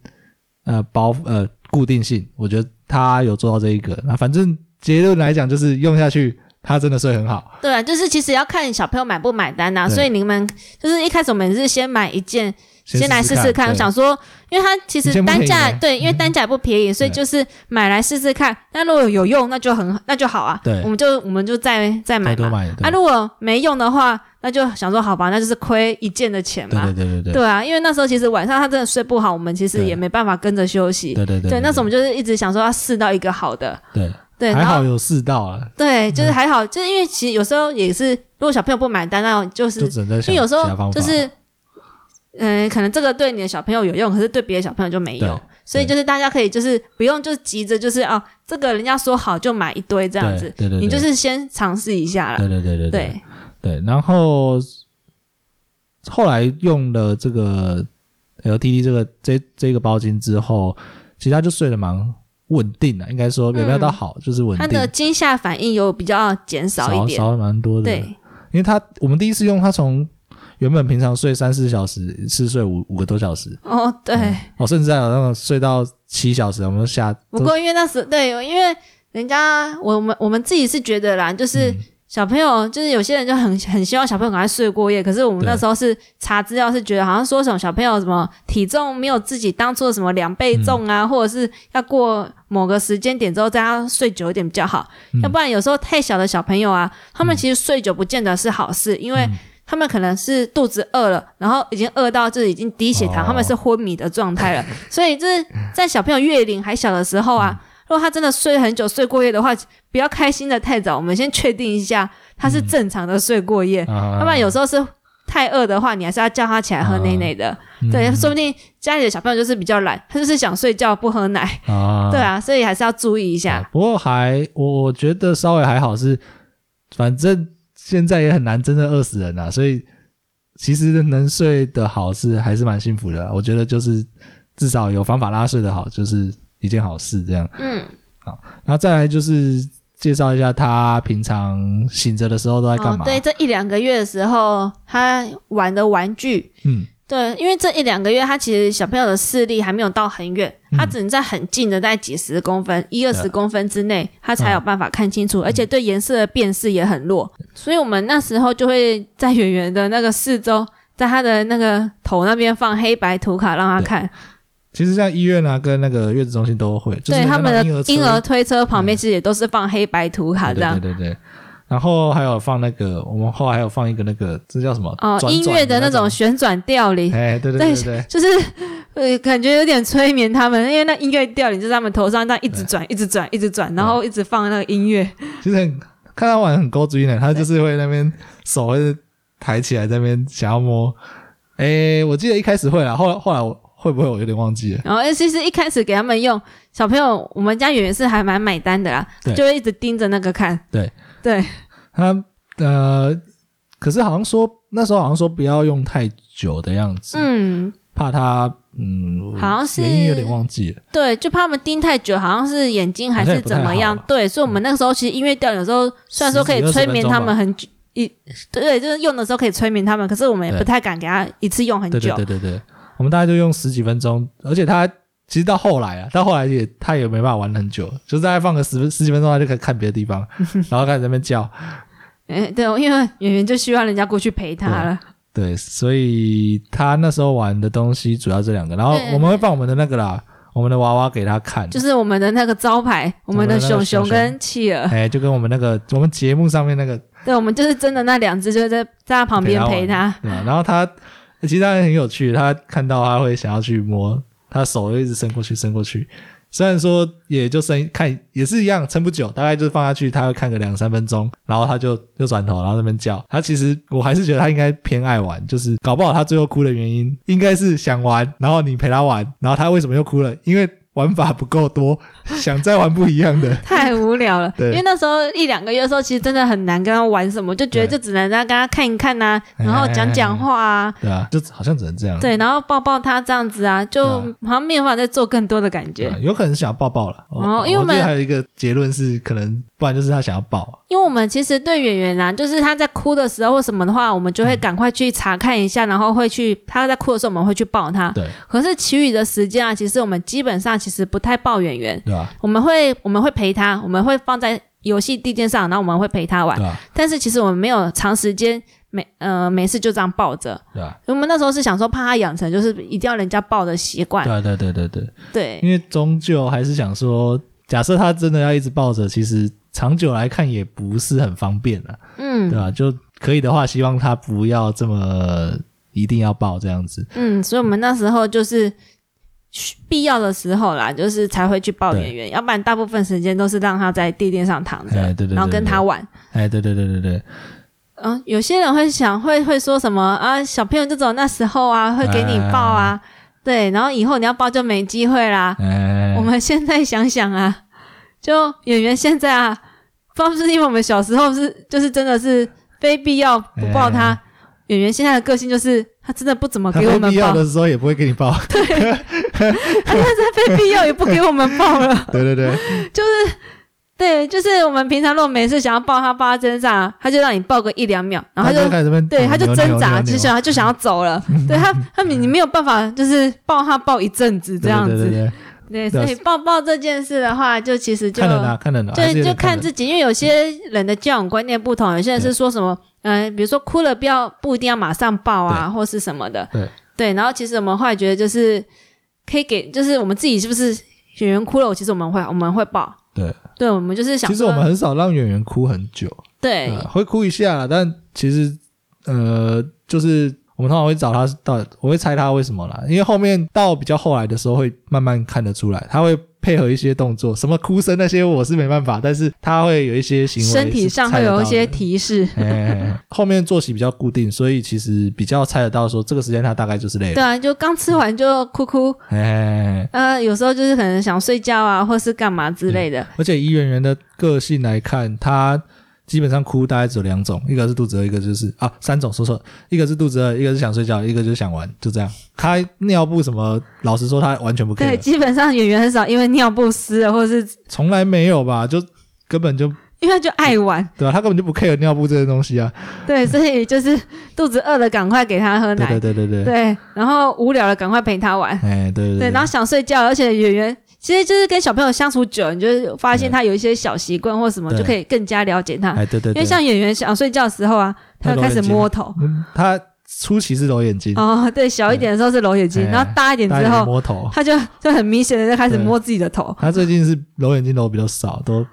Speaker 1: 呃包呃固定性，我觉得它有做到这一个。那反正结论来讲就是用下去，它真的睡很好。
Speaker 2: 对啊，就是其实要看小朋友买不买单呐、
Speaker 1: 对
Speaker 2: 所以你们就是一开始我们是先买一件，先来试
Speaker 1: 试
Speaker 2: 试看。我
Speaker 1: 对
Speaker 2: 想说，因为它其
Speaker 1: 以
Speaker 2: 实
Speaker 1: 前不
Speaker 2: 单
Speaker 1: 便宜
Speaker 2: 价
Speaker 1: 吗
Speaker 2: 对，因为单价也不便宜，所以
Speaker 1: 对
Speaker 2: 就是买来试试看。那如果有用，那就很那就好啊。
Speaker 1: 对
Speaker 2: 我们就我们就再再买
Speaker 1: 多多
Speaker 2: 嘛。
Speaker 1: 买，对
Speaker 2: 啊，如果没用的话，那就想说好吧，那就是亏一件的钱嘛。
Speaker 1: 对对对对对
Speaker 2: 对啊，因为那时候其实晚上他真的睡不好，我们其实
Speaker 1: 对
Speaker 2: 也没办法跟着休息。
Speaker 1: 对对对
Speaker 2: 对，那时候
Speaker 1: 么
Speaker 2: 我们就是一直想说要试到一个好的，
Speaker 1: 对，
Speaker 2: 对，
Speaker 1: 还
Speaker 2: 然
Speaker 1: 好
Speaker 2: 后
Speaker 1: 有试到啊，
Speaker 2: 对，就是还好，就是因为其实有时候也是，如果小朋友不买单，那就是
Speaker 1: 就只能在
Speaker 2: 因
Speaker 1: 想
Speaker 2: 为有时
Speaker 1: 其他
Speaker 2: 候
Speaker 1: 方法
Speaker 2: 就是，嗯、可能这个对你的小朋友有用，可是对别的小朋友就没
Speaker 1: 对
Speaker 2: 用，所以就是大家可以就是不用就急着就是哦，这个人家说好就买一堆这样
Speaker 1: 对
Speaker 2: 子，
Speaker 1: 对对，
Speaker 2: 你就
Speaker 1: 对
Speaker 2: 是先尝试一下啦
Speaker 1: 对。对对对
Speaker 2: 对
Speaker 1: 对，然后后来用了这个 LTD 这个这这个包巾之后，其实他就睡得蛮稳定的，应该说也没有到好，就是稳
Speaker 2: 他
Speaker 1: 定
Speaker 2: 嗯的，惊吓反应有比较减少一
Speaker 1: 少
Speaker 2: 点，
Speaker 1: 少了蛮多的。
Speaker 2: 对，
Speaker 1: 因为他我们第一次用，他从原本平常睡三四小时，是睡五五个多小时，
Speaker 2: 哦对。
Speaker 1: 哦，甚至还有那种睡到七小时，我们都吓。
Speaker 2: 不过因为那时对，因为人家我们我们自己是觉得啦，就是
Speaker 1: 嗯
Speaker 2: 小朋友，就是有些人就很很希望小朋友赶快睡过夜，可是我们
Speaker 1: 对
Speaker 2: 那时候是查资料是觉得好像说什么小朋友什么体重没有自己当初的什么两倍重
Speaker 1: 嗯
Speaker 2: 啊，或者是要过某个时间点之后再让他睡久一点比较好，
Speaker 1: 嗯
Speaker 2: 要不然有时候太小的小朋友啊，他们其实睡久不见得是好事，因
Speaker 1: 嗯
Speaker 2: 为。他们可能是肚子饿了，然后已经饿到就是已经低血
Speaker 1: 哦
Speaker 2: 糖，他们是昏迷的状态 了。所以就是在小朋友月龄还小的时候
Speaker 1: 嗯
Speaker 2: 啊，如果他真的睡很久、睡过夜的话，不要开心的太早。我们先确定一下他是正常的睡过夜，
Speaker 1: 啊，
Speaker 2: 要不然有时候是太饿的话，你还是要叫他起来喝奶奶的。
Speaker 1: 嗯
Speaker 2: 对，说不定家里的小朋友就是比较懒，他就是想睡觉不喝奶。
Speaker 1: 啊，
Speaker 2: 对啊，所以还是要注意一下。
Speaker 1: 啊不过还我我觉得稍微还好是，反正现在也很难真正饿死人啊，所以其实能睡得好是还是蛮幸福的啊、我觉得就是至少有方法拉睡得好，就是一件好事。这样，
Speaker 2: 嗯，
Speaker 1: 然后再来就是介绍一下他平常醒着的时候都在干
Speaker 2: 哦，
Speaker 1: 嘛。
Speaker 2: 对，这一两个月的时候，他玩的玩具。
Speaker 1: 嗯，
Speaker 2: 对，因为这一两个月，他其实小朋友的视力还没有到很远，
Speaker 1: 嗯
Speaker 2: 他只能在很近的，在几十公分、一二十公分之内，他才有办法看清楚，
Speaker 1: 嗯
Speaker 2: 而且对颜色的辨识也很弱。所以我们那时候就会在圆圆的那个四周，在他的那个头那边放黑白图卡让他看。
Speaker 1: 其实像医院啊跟那个月子中心都会，就是
Speaker 2: 对，他们的
Speaker 1: 婴儿车嗯
Speaker 2: 婴儿推车旁边其实也都是放黑白图卡这
Speaker 1: 对
Speaker 2: 样。
Speaker 1: 对对对。然后还有放那个，我们后来还有放一个那个，这叫什么？
Speaker 2: 哦，
Speaker 1: 转
Speaker 2: 音
Speaker 1: 转
Speaker 2: 乐的那
Speaker 1: 那
Speaker 2: 种旋转调铃，
Speaker 1: 哎，对对
Speaker 2: 对
Speaker 1: 对对，
Speaker 2: 就是呃，感觉有点催眠他们，因为那音乐调领就是他们头上这样一直转，一直转，一直转，然后一直放那个音乐。
Speaker 1: 其实很看他玩很勾追呢，他就是会那边手会抬起来，在那边想要摸。诶、我记得一开始会啦，后来后来我会不会我有点忘记了。
Speaker 2: 然后呃其实一开始给他们用，小朋友我们家圆圆是还蛮买单的啦
Speaker 1: 对，
Speaker 2: 就会一直盯着那个看。
Speaker 1: 对
Speaker 2: 对，
Speaker 1: 他呃，可是好像说那时候好像说不要用太久的样子，
Speaker 2: 嗯，
Speaker 1: 怕他嗯，
Speaker 2: 好像是
Speaker 1: 原因有点忘记了。
Speaker 2: 对，就怕他们盯太久，好像是眼睛还
Speaker 1: 好像也
Speaker 2: 是
Speaker 1: 哎不
Speaker 2: 怎
Speaker 1: 太
Speaker 2: 么
Speaker 1: 好
Speaker 2: 样
Speaker 1: 吧。
Speaker 2: 对，所以我们那个时候其实音乐调有时候虽然说可以
Speaker 1: 10-20
Speaker 2: 催
Speaker 1: 分
Speaker 2: 眠
Speaker 1: 钟吧
Speaker 2: 他们很久。一对，就是用的时候可以催眠他们，可是我们也
Speaker 1: 对
Speaker 2: 不太敢给他一次用很
Speaker 1: 对对
Speaker 2: 久。
Speaker 1: 对对对，我们大概就用十几分钟，而且他其实到后来啊，到后来也他也没办法玩很久，就是大概放个十分十几分钟，他就开始看别的地 方，然后开始在那边叫。
Speaker 2: 哎、对，因为圆圆就希望人家过去陪他了。
Speaker 1: 对，所以他那时候玩的东西主要这两个，然后
Speaker 2: 对
Speaker 1: 我们会放我们的那个啦，我们的娃娃给他看，
Speaker 2: 就是我们的那个招牌，我们的熊熊跟企 鹅，
Speaker 1: 哎，就跟我们那个我们节目上面那个
Speaker 2: 对，我们就是真的那两只，就是在在他旁边陪他。
Speaker 1: 对吧？啊然后他其实他很有趣，他看到他会想要去摸，他手就一直伸过去伸过去。虽然说也就伸看也是一样撑不久，大概就是放下去，他会看个两三分钟，然后他就就转头，然后在那边叫。他其实我还是觉得他应该偏爱玩，就是搞不好他最后哭的原因应该是想玩，然后你陪他玩，然后他为什么又哭了？因为玩法不够多，想再玩不一样的。
Speaker 2: 太无聊 了，因
Speaker 1: 对
Speaker 2: 为那时候一两个月的时候，其实真的很难跟他玩什么，就觉得
Speaker 1: 对
Speaker 2: 就只能让他跟他看一看呐、
Speaker 1: 哎
Speaker 2: 然后讲讲话啊，
Speaker 1: 对啊，就好像只能这样。
Speaker 2: 对，然后抱抱他这样子啊，就
Speaker 1: 对
Speaker 2: 好像没有办法再做更多的感觉
Speaker 1: 对啊，。有可能是想要抱抱了。
Speaker 2: 哦
Speaker 1: 我
Speaker 2: 因为我
Speaker 1: 我
Speaker 2: 们
Speaker 1: 觉得还有一个结论是，可能不然就是他想要抱。啊
Speaker 2: 因为我们其实对圆圆啊，就是他在哭的时候或什么的话，我们就会赶快去查看一下，然后会去他在哭的时候，我们会去抱他。
Speaker 1: 对
Speaker 2: 可是其余的时间啊，其实我们基本上其实不太抱圆圆，
Speaker 1: 对吧？
Speaker 2: 我们会我们会陪他，我们会放在游戏地垫上，然后我们会陪他玩
Speaker 1: 对。吧？
Speaker 2: 但是其实我们没有长时间每呃每次就这样抱着，
Speaker 1: 对吧？
Speaker 2: 我们那时候是想说怕他养成就是一定要人家抱的习惯。
Speaker 1: 对啊对对对对，
Speaker 2: 对
Speaker 1: 因为终究还是想说，假设他真的要一直抱着，其实长久来看也不是很方便啊，
Speaker 2: 嗯
Speaker 1: 对吧？就可以的话，希望他不要这么一定要抱这样子。
Speaker 2: 嗯，所以我们那时候就是需必要的时候啦，就是才会去抱
Speaker 1: 对
Speaker 2: 圆圆，要不然大部分时间都是让他在地垫上躺着，
Speaker 1: 哎对对对
Speaker 2: 然后跟
Speaker 1: 对
Speaker 2: 他玩。
Speaker 1: 哎，对对对对对，
Speaker 2: 嗯，有些人会想，会会说什么啊？小朋友就只有那时候啊，会给你抱啊，对，然后以后你要抱就没机会啦。
Speaker 1: 哎
Speaker 2: 我，们现在想想啊， 就演员现在啊，不知道是不是因为我们小时候是就是真的是非必要不抱他，演员现在的个性就是他真的不怎么
Speaker 1: 嗯他
Speaker 2: 给我
Speaker 1: 非
Speaker 2: 们
Speaker 1: 必
Speaker 2: 抱
Speaker 1: 要，的时候也不会给你抱。
Speaker 2: 他现在非必要也不给我们抱了。
Speaker 1: 对对对，
Speaker 2: 对，就是我们平常如果每次想要抱他，抱他身上，他就让你抱个一两秒，然后
Speaker 1: 他
Speaker 2: 他就
Speaker 1: 就开始这边，
Speaker 2: 对，他就
Speaker 1: 扭扭啊
Speaker 2: 挣扎，
Speaker 1: 扭扭
Speaker 2: 就想他就想要走 了。对他，他你你没有办法，就是抱他抱一阵子这
Speaker 1: 对
Speaker 2: 样
Speaker 1: 对对
Speaker 2: 子。
Speaker 1: 对，对
Speaker 2: 对，所
Speaker 1: 啊
Speaker 2: 以抱抱这件事的话，就其实就
Speaker 1: 看得到看得到，啊还是
Speaker 2: 对，
Speaker 1: 有
Speaker 2: 就
Speaker 1: 点
Speaker 2: 看
Speaker 1: 得
Speaker 2: 自己，因为有些人的教养观念不同，有些人是说什么，嗯、比如说哭了不要不一定要马上抱啊，或是什么的。
Speaker 1: 对
Speaker 2: 对，然后其实我们后来觉得就是可以给，就是我们自己是不是演员哭了，我其实我们会我们会抱。
Speaker 1: 对，
Speaker 2: 对，我们就是想
Speaker 1: 其
Speaker 2: 说，
Speaker 1: 实我们很少让演员哭很久。
Speaker 2: 对
Speaker 1: 对啊会哭一下啦，但其实呃，就是我们通常会找他到，我会猜他为什么啦，因为后面到比较后来的时候会慢慢看得出来，他会配合一些动作，什么哭声那些我是没办法，但是他会有一些行为，
Speaker 2: 身体上会有一些。提示。
Speaker 1: 哎，后面作息比较固定，所以其实比较猜得到说这个时间他大概就是累
Speaker 2: 对
Speaker 1: 了。
Speaker 2: 啊，就刚吃完就哭哭，
Speaker 1: 哎，
Speaker 2: 呃，有时候就是可能想睡觉啊，或是干嘛
Speaker 1: 嗯
Speaker 2: 之类的。
Speaker 1: 而且以圆圆的个性来看，他基本上哭大概只有两种，一个是肚子饿，一个就是啊三种，说错了，一个是肚子饿，一个是想睡觉，一个就是想玩，就这样。他尿布什么，老实说他完全不
Speaker 2: 对，
Speaker 1: care，
Speaker 2: 基本上演员很少因为尿不湿了，或者是
Speaker 1: 从来没有吧，就根本就
Speaker 2: 因为他就爱玩，
Speaker 1: 对吧、他根本就不 care 尿布这些东西啊。
Speaker 2: 对，所以就是肚子饿了赶快给他喝
Speaker 1: 对
Speaker 2: 奶，
Speaker 1: 对对对对，
Speaker 2: 对然后无聊了赶快陪他玩，
Speaker 1: 哎对对
Speaker 2: 对，然后想睡觉，而且演员其实就是跟小朋友相处久了，你就是发现他有一些小习惯或什么，
Speaker 1: 对
Speaker 2: 就可以更加了解他。
Speaker 1: 哎对对
Speaker 2: 因
Speaker 1: 对，
Speaker 2: 为像演员想睡觉的时候啊，他就开始摸头。
Speaker 1: 嗯他初期是揉眼睛，
Speaker 2: 哦，对，小一点的时候是揉眼睛，
Speaker 1: 哎
Speaker 2: 然后大一点
Speaker 1: 大
Speaker 2: 之
Speaker 1: 家
Speaker 2: 后，
Speaker 1: 摸头。
Speaker 2: 他就就很明显的就开始摸自己的头。
Speaker 1: 他最近是揉眼睛揉比较少，都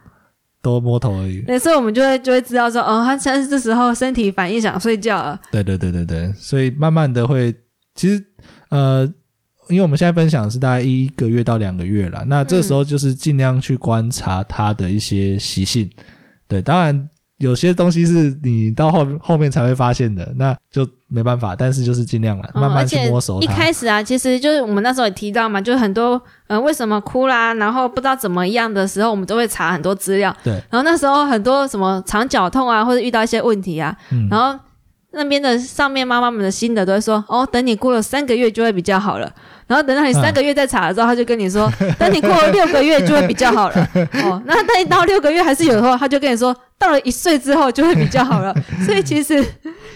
Speaker 1: 都摸头而已。
Speaker 2: 对，所以我们就会就会知道说，哦，他现在这时候身体反应想睡觉了。
Speaker 1: 对对对对对，所以慢慢的会，其实呃，因为我们现在分享的是大概一个月到两个月啦，那这时
Speaker 2: 嗯
Speaker 1: 候就是尽量去观察他的一些习性。对，当然有些东西是你到后后面才会发现的，那就没办法，但是就是尽量了，
Speaker 2: 嗯
Speaker 1: 慢慢
Speaker 2: 而
Speaker 1: 去
Speaker 2: 且
Speaker 1: 摸熟
Speaker 2: 一
Speaker 1: 它。
Speaker 2: 开始啊，其实就是我们那时候也提到嘛，就是很多嗯、呃为什么哭啦，然后不知道怎么样的时候，我们都会查很多资料。
Speaker 1: 对
Speaker 2: 然后那时候很多什么肠绞痛啊，或者遇到一些问题啊，
Speaker 1: 嗯
Speaker 2: 然后那边的上面妈妈们的心得都会说，哦，等你过了三个月就会比较好了。然后等到你
Speaker 1: 嗯
Speaker 2: 三个月再查了之后，他就跟你说， 等你过了六个月就会比较好 了。哦，那等你到六个月还是有的话，他就跟你说，到了一岁之 后就会比较好了。所以其实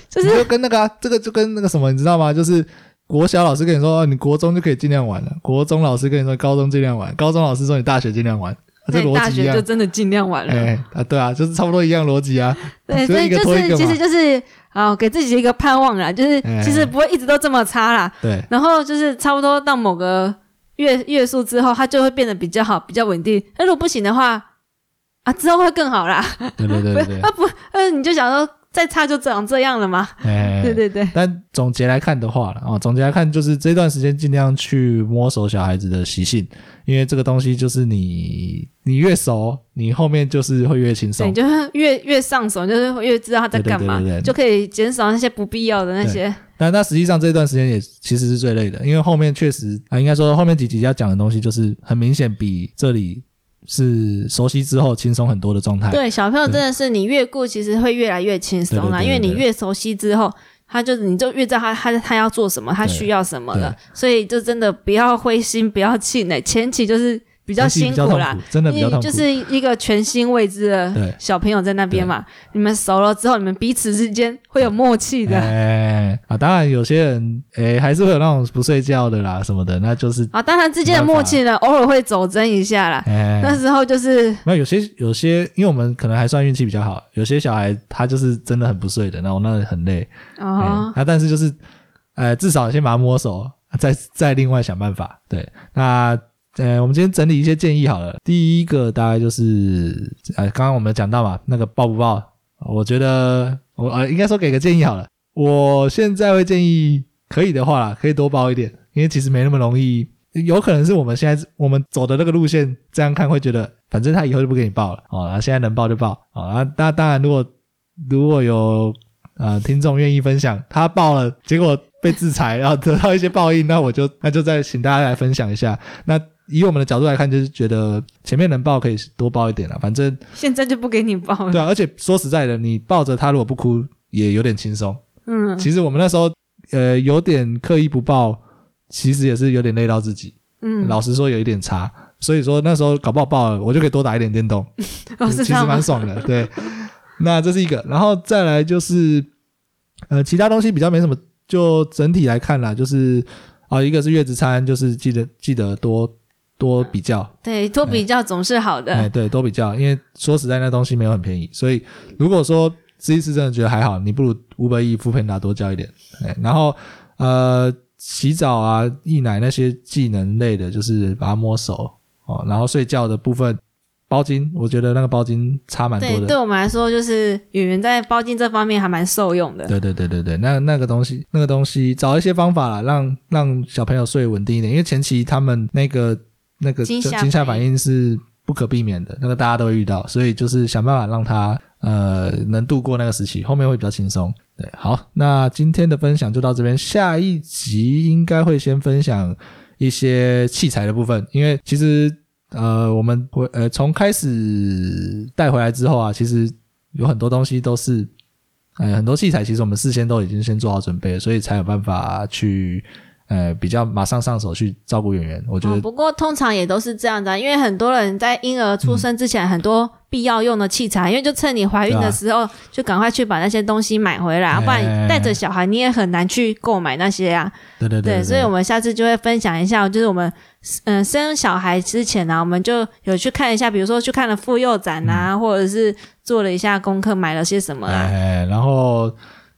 Speaker 2: 就是
Speaker 1: 你就跟那个啊、这个就跟那个什么，你知道吗？就是国小老师跟你说，哦你国中就可以尽量玩了；国中老师跟你说，高中尽量玩；高中老师说你大学尽量玩，啊、这
Speaker 2: 那你
Speaker 1: 逻
Speaker 2: 大
Speaker 1: 辑一
Speaker 2: 学
Speaker 1: 样
Speaker 2: 就。真的尽量玩了。
Speaker 1: 哎、啊，对啊，就是差不多一样逻辑啊。
Speaker 2: 对，
Speaker 1: 所
Speaker 2: 所
Speaker 1: 以一
Speaker 2: 以
Speaker 1: 个
Speaker 2: 就
Speaker 1: 拖一
Speaker 2: 是
Speaker 1: 个
Speaker 2: 其
Speaker 1: 嘛
Speaker 2: 实就是啊、给自己一个盼望啦，就是
Speaker 1: 哎
Speaker 2: 其实不会一直都这么差啦。
Speaker 1: 对，
Speaker 2: 然后就是差不多到某个月月数之后，它就会变得比较好，比较稳定。那如果不行的话，啊，之后会更好啦。
Speaker 1: 对对对对哎
Speaker 2: 不 是
Speaker 1: 对，
Speaker 2: 啊不，呃，你就想说再差就长这样了嘛？
Speaker 1: 哎，
Speaker 2: 对对对，
Speaker 1: 但总结来看的话了啊、哦，总结来看就是这段时间尽量去摸索小孩子的习性，因为这个东西就是你你越熟，你后面就是会越轻
Speaker 2: 对，
Speaker 1: 松
Speaker 2: 你。就会越越上手，就是越知道他在干嘛，
Speaker 1: 对对对对对
Speaker 2: 就可以减少那些不必要的那些。
Speaker 1: 但那实际上这段时间也其实是最累的，因为后面确实啊，应该说后面几集要讲的东西就是很明显比这里是熟悉之后轻松很多的状态。
Speaker 2: 对，小朋友真的是你越顾，其实会越来越轻松啦，
Speaker 1: 对对对对
Speaker 2: 因为你
Speaker 1: 对
Speaker 2: 越熟悉之后，他就你就越知道他他他要做什么，他
Speaker 1: 对
Speaker 2: 需要什么了，所以就真的不要灰心，不要气馁，前期就是比
Speaker 1: 比
Speaker 2: 较辛
Speaker 1: 比较痛
Speaker 2: 啦。
Speaker 1: 苦，真的比
Speaker 2: 因
Speaker 1: 较
Speaker 2: 为
Speaker 1: 痛苦。
Speaker 2: 就是一个全新未知
Speaker 1: 对
Speaker 2: 的小朋友在那边嘛，你们熟了之后，你们彼此之间会有默契的。
Speaker 1: 哎啊，当然有些人哎还是会有那种不睡觉的啦什么的，那就是
Speaker 2: 啊，当然之间的默契呢，偶尔会走针一下啦。
Speaker 1: 哎。
Speaker 2: 那时候就是
Speaker 1: 没有，有些有些，因为我们可能还算运气比较好，有些小孩他就是真的很不睡的，那我那很累。
Speaker 2: 哦
Speaker 1: 嗯，啊，但是就是，呃，至少先把它摸熟，啊再再另外想办法。对，那呃，我们今天整理一些建议好了。第一个大概就是，呃，刚刚我们有讲到嘛，那个抱不抱，我觉得我呃应该说给个建议好了。我现在会建议，可以的话啦，可以多抱一点，因为其实没那么容易。有可能是我们现在我们走的那个路线，这样看会觉得，反正他以后就不给你抱了哦，然后现在能抱就抱哦，啊，那当然如果如果有呃听众愿意分享，他报了，结果被制裁，然后得到一些报应，那我就那就再请大家来分享一下。那以我们的角度来看，就是觉得前面能报可以多报一点啊了，反正
Speaker 2: 现在就不给你抱了。
Speaker 1: 对啊，而且说实在的，你抱着他如果不哭也有点轻松。
Speaker 2: 嗯
Speaker 1: 其实我们那时候呃有点刻意不抱，其实也是有点累到自己，
Speaker 2: 嗯，
Speaker 1: 老实说有一点差。所以说那时候搞不好抱了，我就可以多打一点电动。
Speaker 2: 哦
Speaker 1: 其
Speaker 2: 是这
Speaker 1: 实
Speaker 2: 样吗
Speaker 1: 蛮？爽的。对，那这是一个，然后再来就是，呃，其他东西比较没什么，就整体来看啦，就是啊、一个是月子餐，就是记得记得多多比较，
Speaker 2: 对，多比较总是好
Speaker 1: 哎，
Speaker 2: 的。
Speaker 1: 对，多比较，因为说实在，那东西没有很便宜，所以如果说吃一次真的觉得还好，你不如五百亿副片拿多交一点，哎，然后呃，洗澡啊、溢奶那些技能类的，就是把它摸熟哦，然后睡觉的部分。包巾，我觉得那个包巾差蛮多
Speaker 2: 对，
Speaker 1: 的。
Speaker 2: 对我们来说，就是演员在包茎这方面还蛮受用的。
Speaker 1: 对对对对对，那那个东西，那个东西，找一些方法啦，让让小朋友睡稳定一点，因为前期他们那个那个
Speaker 2: 惊
Speaker 1: 就
Speaker 2: 吓
Speaker 1: 惊吓
Speaker 2: 反
Speaker 1: 反应是不可避免的，那个大家都会遇到，所以就是想办法让他呃能度过那个时期，后面会比较轻松。对，好，那今天的分享就到这边，下一集应该会先分享一些器材的部分，因为其实呃，我们回呃从开始带回来之后啊，其实有很多东西都是，呃，很多器材其实我们事先都已经先做好准备了，所以才有办法去呃比较马上上手去照顾演员。我觉
Speaker 2: 哦，
Speaker 1: 得、
Speaker 2: 不过通常也都是这样的啊、因为很多人在婴儿
Speaker 1: 嗯
Speaker 2: 出生之前，很多必要用的器材，因为就趁你怀孕
Speaker 1: 对啊
Speaker 2: 的时候，就赶快去把那些东西买回来，啊
Speaker 1: 哎
Speaker 2: 不然带着小孩你也很难去购买那些啊。
Speaker 1: 对对对
Speaker 2: 所以我们下次就会分享一下，就是我们嗯、呃生小孩之前呢、啊，我们就有去看一下，比如说去看了妇幼展啊，或者是做了一下功课，买了些什么啊。
Speaker 1: 嗯哎，然后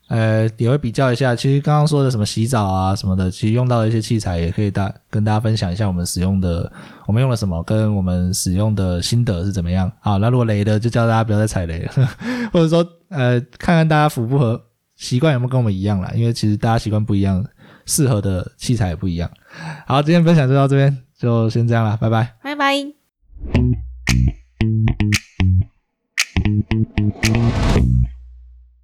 Speaker 1: 呃也会比较一下，其实刚刚说的什么洗澡啊什么的，其实用到的一些器材也可以大跟大家分享一下我们使用的，我们用了什么，跟我们使用的心得是怎么样。好，那如果雷的就叫大家不要再踩雷了，或者说呃看看大家符不符合习惯有没有跟我们一样啦，因为其实大家习惯不一样，适合的器材也不一样。好，今天分享就到这边，就先这样啦，拜拜。
Speaker 2: 拜拜。